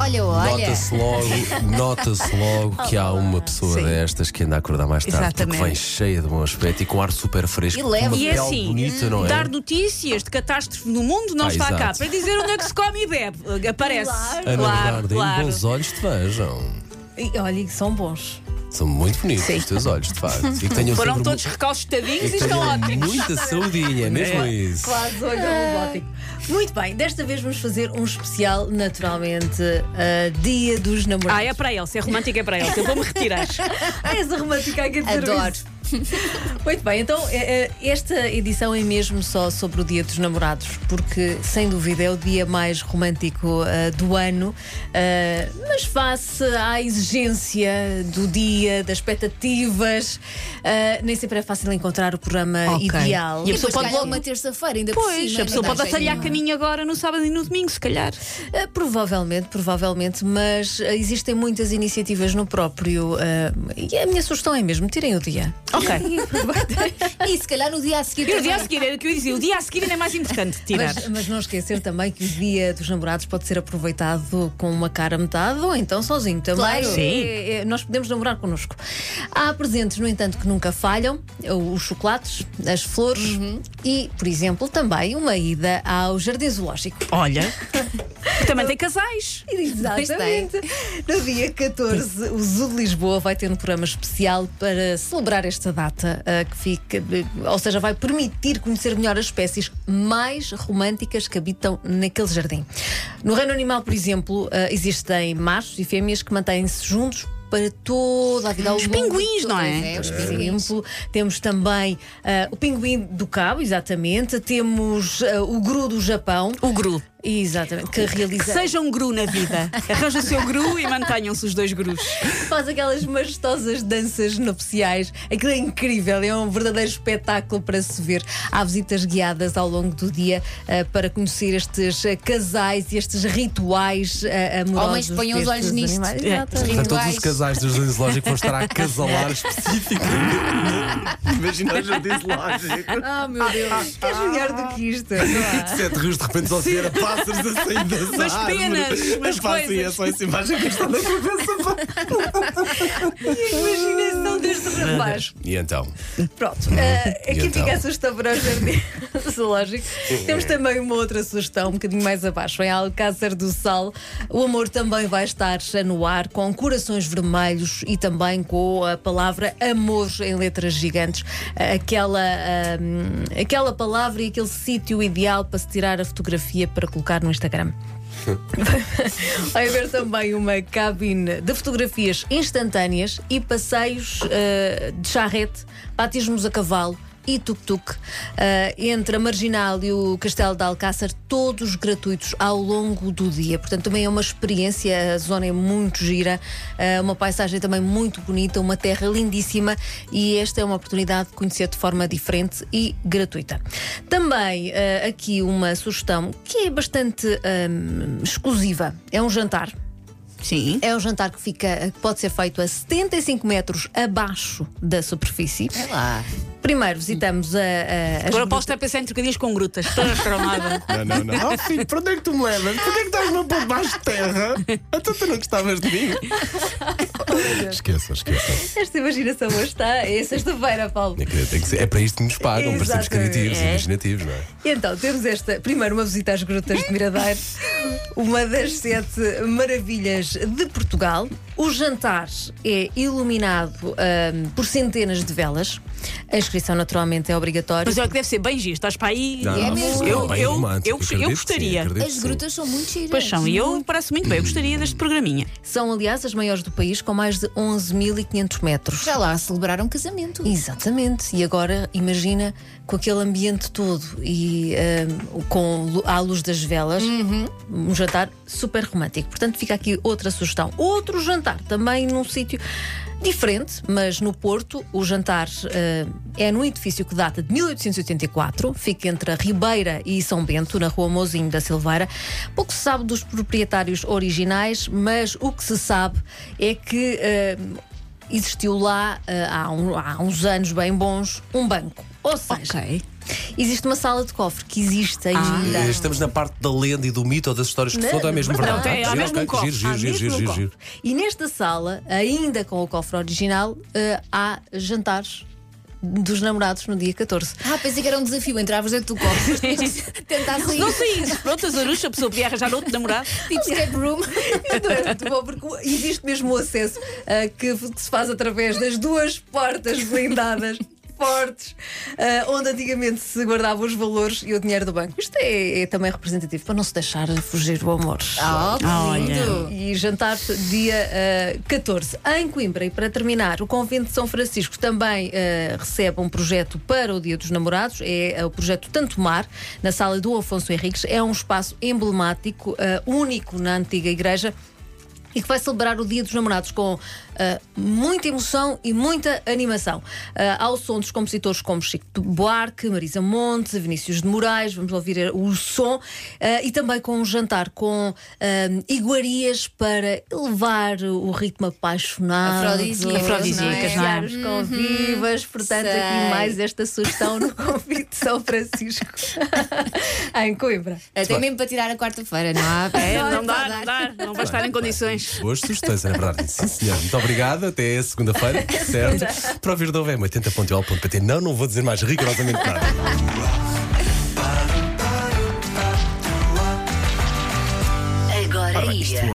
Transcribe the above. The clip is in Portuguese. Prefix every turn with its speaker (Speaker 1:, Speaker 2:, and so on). Speaker 1: olha, olha.
Speaker 2: Nota-se logo, nota-se logo que há uma pessoa
Speaker 3: Sim.
Speaker 2: destas que anda a acordar mais tarde
Speaker 3: Exatamente.
Speaker 2: porque vem cheia de bom aspecto e com ar super fresco,
Speaker 1: E
Speaker 2: com uma
Speaker 1: leve.
Speaker 2: pele
Speaker 1: E
Speaker 4: E assim,
Speaker 2: bonita, não é?
Speaker 4: dar notícias de catástrofe no mundo não
Speaker 2: Ah,
Speaker 4: está cá.
Speaker 2: exato.
Speaker 4: Para dizer onde é que se come e bebe. Aparece.
Speaker 2: Ana Bernardino, bons olhos te vejam.
Speaker 3: E, olha, são bons.
Speaker 2: São muito bonitos os teus olhos, de facto. E que tenham
Speaker 4: Foram
Speaker 2: sempre
Speaker 4: todos
Speaker 2: mu-
Speaker 4: recalcitadinhos
Speaker 2: e
Speaker 4: e
Speaker 2: que
Speaker 4: estão
Speaker 2: tenham
Speaker 4: ótimos. É.
Speaker 2: muita saudinha, é mesmo isso.
Speaker 3: Quase olho robótico. Muito bem, desta vez vamos fazer um especial, naturalmente, a Dia dos
Speaker 4: Ah,
Speaker 3: Namorados.
Speaker 4: é para ele. Se é romântico, é para ele. Eu vou-me retirar.
Speaker 3: Ah, és a romântica aqui de
Speaker 1: Adoro.
Speaker 3: serviço. Muito bem, então eh, eh, esta edição é mesmo só sobre o Dia dos Namorados, porque sem dúvida é o dia mais romântico eh, do ano, eh, mas face à exigência do dia, das expectativas, eh, nem sempre é fácil encontrar o programa
Speaker 4: Ok.
Speaker 3: ideal.
Speaker 4: E a
Speaker 1: E
Speaker 4: pessoa
Speaker 1: depois
Speaker 4: pode
Speaker 1: cai
Speaker 4: logo-
Speaker 1: uma terça-feira, ainda por
Speaker 4: Pois,
Speaker 1: cima.
Speaker 4: a pessoa
Speaker 1: não
Speaker 4: pode
Speaker 1: dá jeito
Speaker 4: atalhar
Speaker 1: nenhum.
Speaker 4: caminho agora no sábado e no domingo, se calhar.
Speaker 3: Eh, Provavelmente, provavelmente, mas eh, existem muitas iniciativas no próprio. eh, e a minha sugestão é mesmo: tirem o dia.
Speaker 4: Ok.
Speaker 1: um- E se calhar no dia a seguir
Speaker 4: E o dia a
Speaker 1: também.
Speaker 4: seguir, era o que eu dizia, o dia a seguir ainda é mais importante tirar.
Speaker 3: Mas, mas não esquecer também que o dia dos namorados pode ser aproveitado com uma cara metade ou então sozinho também.
Speaker 1: Claro.
Speaker 3: É-
Speaker 4: Sim.
Speaker 3: é- nós podemos namorar connosco. Há presentes, no entanto, que nunca falham: o- os chocolates, as flores
Speaker 4: Uhum.
Speaker 3: e, por exemplo, também uma ida ao jardim zoológico.
Speaker 4: Olha. Também tem casais.
Speaker 3: Exatamente. No dia 14, o Zoo de Lisboa vai ter um programa especial para celebrar esta data, ah, que fica, eh, ou seja, vai permitir conhecer melhor as espécies mais românticas que habitam naquele jardim. No reino animal, por exemplo, ah, existem machos e fêmeas que mantêm-se juntos para toda a vida. ao
Speaker 4: Os
Speaker 3: longo de
Speaker 4: pinguins, não
Speaker 3: toda-
Speaker 4: é?
Speaker 1: os
Speaker 3: por
Speaker 1: pinguins.
Speaker 3: exemplo, temos também ah, o pinguim do Cabo, exatamente, temos ah, o gru do Japão,
Speaker 4: O gru.
Speaker 3: exatamente, que realiza.
Speaker 4: Que seja um gru na vida. Arranja o seu gru e mantenham-se os dois grus.
Speaker 3: faz aquelas majestosas danças nupciais. Aquilo é incrível, é um verdadeiro espetáculo para se ver. Há visitas guiadas ao longo do dia eh, para conhecer estes eh, casais e estes rituais eh, amorosos.
Speaker 1: Homens, ponham os
Speaker 3: destes
Speaker 1: olhos nisto.
Speaker 3: animais.
Speaker 4: É.
Speaker 3: Exato.
Speaker 2: Portanto, Então todos
Speaker 1: Rituais.
Speaker 2: os casais do Jardim Zoológico vão estar a casalar especificamente. Imagina o Jardim Zoológico.
Speaker 3: Ah, meu Deus, queres melhor do que isto?
Speaker 1: Ah.
Speaker 2: Tipo Sete rios de repente só se vieram pássaros a sair das
Speaker 4: Mas
Speaker 2: árvores.
Speaker 4: penas, mas
Speaker 2: pá, assim, é
Speaker 4: coisas.
Speaker 2: só essa imagem que está na cabeça.
Speaker 3: Imaginação deste rapaz.
Speaker 2: E então?
Speaker 3: Pronto, eh,
Speaker 2: E
Speaker 3: aqui
Speaker 2: então?
Speaker 3: fica a sugestão para o jardim zoológico. Temos também uma outra sugestão, um bocadinho mais abaixo, em Alcácer do Sal. O amor também vai estar no ar, com corações vermelhos e também com a palavra amor em letras gigantes. Eh, Aquela, ahm, aquela palavra e aquele sítio ideal para se tirar a fotografia para colocar no Instagram. Vai haver também uma cabine de fotografias instantâneas e passeios eh, de charrete, batismos a cavalo e tuk-tuk. Eh, entre a Marginal e o Castelo de Alcácer, todos gratuitos ao longo do dia. Portanto, também é uma experiência, a zona é muito gira, eh, uma paisagem também muito bonita, uma terra lindíssima e esta é uma oportunidade de conhecer de forma diferente e gratuita. Também eh, aqui uma sugestão que é bastante ahm, exclusiva. É um jantar.
Speaker 4: Sim.
Speaker 3: É um jantar que fica, que pode ser feito a 75 metros abaixo da superfície.
Speaker 1: Sei lá.
Speaker 3: Primeiro visitamos a, a- as
Speaker 4: Agora posso estar a pensar em trocadilhos com grutas. Estou arrumada.
Speaker 2: Não, não, não. Oh, filho, para onde é que tu me levas? Por que é que estás me por baixo de terra? Então tu não gostavas de mim? Esqueçam, esqueçam.
Speaker 3: Esta imaginação hoje está. É sexta-feira, Paulo.
Speaker 2: É, que tem que ser- é para isto que nos pagam, para sermos
Speaker 3: Exatamente.
Speaker 2: criativos e
Speaker 3: É.
Speaker 2: imaginativos, não é?
Speaker 3: E então, temos esta, primeiro uma visita às Grutas de Miradar, uma das sete maravilhas de Portugal. O jantar é iluminado ahm, por centenas de velas. A inscrição, naturalmente, é obrigatória.
Speaker 4: Mas é o que deve ser bem giro. Estás para aí.
Speaker 2: Não,
Speaker 1: É
Speaker 2: não,
Speaker 1: mesmo.
Speaker 2: não,
Speaker 4: Eu-
Speaker 2: bem
Speaker 4: eu-
Speaker 2: romântico,
Speaker 4: eu gost- eu
Speaker 2: acredito que
Speaker 4: gostaria.
Speaker 2: sim, acredito
Speaker 1: As
Speaker 2: que
Speaker 1: grutas são muito giras.
Speaker 4: Pois são. E eu parece muito bem. Eu gostaria deste programinha.
Speaker 3: São, aliás, as maiores do país, com mais de 11.500 metros.
Speaker 1: Já lá celebraram um casamento.
Speaker 3: Exatamente, e agora imagina com aquele ambiente todo e ahm, com lu- à luz das velas, um jantar super romântico. Portanto, fica aqui outra sugestão. Outro jantar, também num sítio diferente, mas no Porto, o jantar ahm, é num edifício que data de 1884, fica entre a Ribeira e São Bento, na rua Mozinho da Silveira. Pouco se sabe dos proprietários originais, mas o que se sabe é que. ah, ahm, existiu lá eh, há, um- há uns anos bem bons um banco. Ou seja,
Speaker 4: Ok.
Speaker 3: Existe uma sala de cofre que existe ainda.
Speaker 2: Ah,
Speaker 5: Eh, Estamos na parte da lenda e do mito ou das histórias que
Speaker 3: Não,
Speaker 5: contam, é mesmo
Speaker 3: verdade.
Speaker 5: verdade.
Speaker 4: É, há
Speaker 5: Giro,
Speaker 4: mesmo
Speaker 5: ok,
Speaker 4: um copo,
Speaker 5: Giro,
Speaker 4: há
Speaker 5: giro, giro,
Speaker 4: mesmo
Speaker 5: giro,
Speaker 4: um
Speaker 5: giro,
Speaker 4: copo.
Speaker 5: giro.
Speaker 3: E nesta sala, ainda com o cofre original, eh, há jantares dos namorados no dia 14.
Speaker 1: Ah, pensei que era um desafio. Entravas dentro do copo, mas tinhas de tentar sair.
Speaker 4: Não sei isso. Pronto, as horas, a pessoa podia arranjar outro namorado.
Speaker 1: Tipo escape room.
Speaker 3: Então é muito bom porque existe mesmo o acesso ah, que, que se faz através das duas portas blindadas. Fortes, ah, onde antigamente se guardavam os valores e o dinheiro do banco. Isto é, é também representativo para não se deixar fugir o amor.
Speaker 1: Oh, que lindo.
Speaker 4: Ah, Olha.
Speaker 3: E jantar dia ah, 14 em Coimbra. E para terminar, o Convento de São Francisco também ah, recebe um projeto para o Dia dos Namorados. É ah, o projeto Tanto Mar, na sala do Afonso Henriques. É um espaço emblemático, ah, único na antiga igreja e que vai celebrar o Dia dos Namorados com ah, muita emoção e muita animação. Ah, ao som dos compositores como Chico Buarque, Marisa Monte, Vinícius de Moraes, vamos ouvir o som, ah, e também com um jantar com ah, iguarias para elevar o ritmo apaixonado.
Speaker 1: Afrodisíacas,
Speaker 4: Afrodisíacas, não é?
Speaker 3: Acariciar os convivas, portanto,
Speaker 1: Sei.
Speaker 3: aqui mais esta sugestão no convite de São Francisco, em Coimbra.
Speaker 1: Até mesmo para tirar a quarta-feira, não há?
Speaker 4: É, não
Speaker 1: está a
Speaker 4: dá, não dá. Não vai estar em condições.
Speaker 5: Boas sugestões, é verdade. Sim, senhor. Muito obrigado. Até segunda-feira, certo? Para ouvir é da OVM, 80.ol.pt. Não, não vou dizer mais rigorosamente nada.
Speaker 6: Agora ia.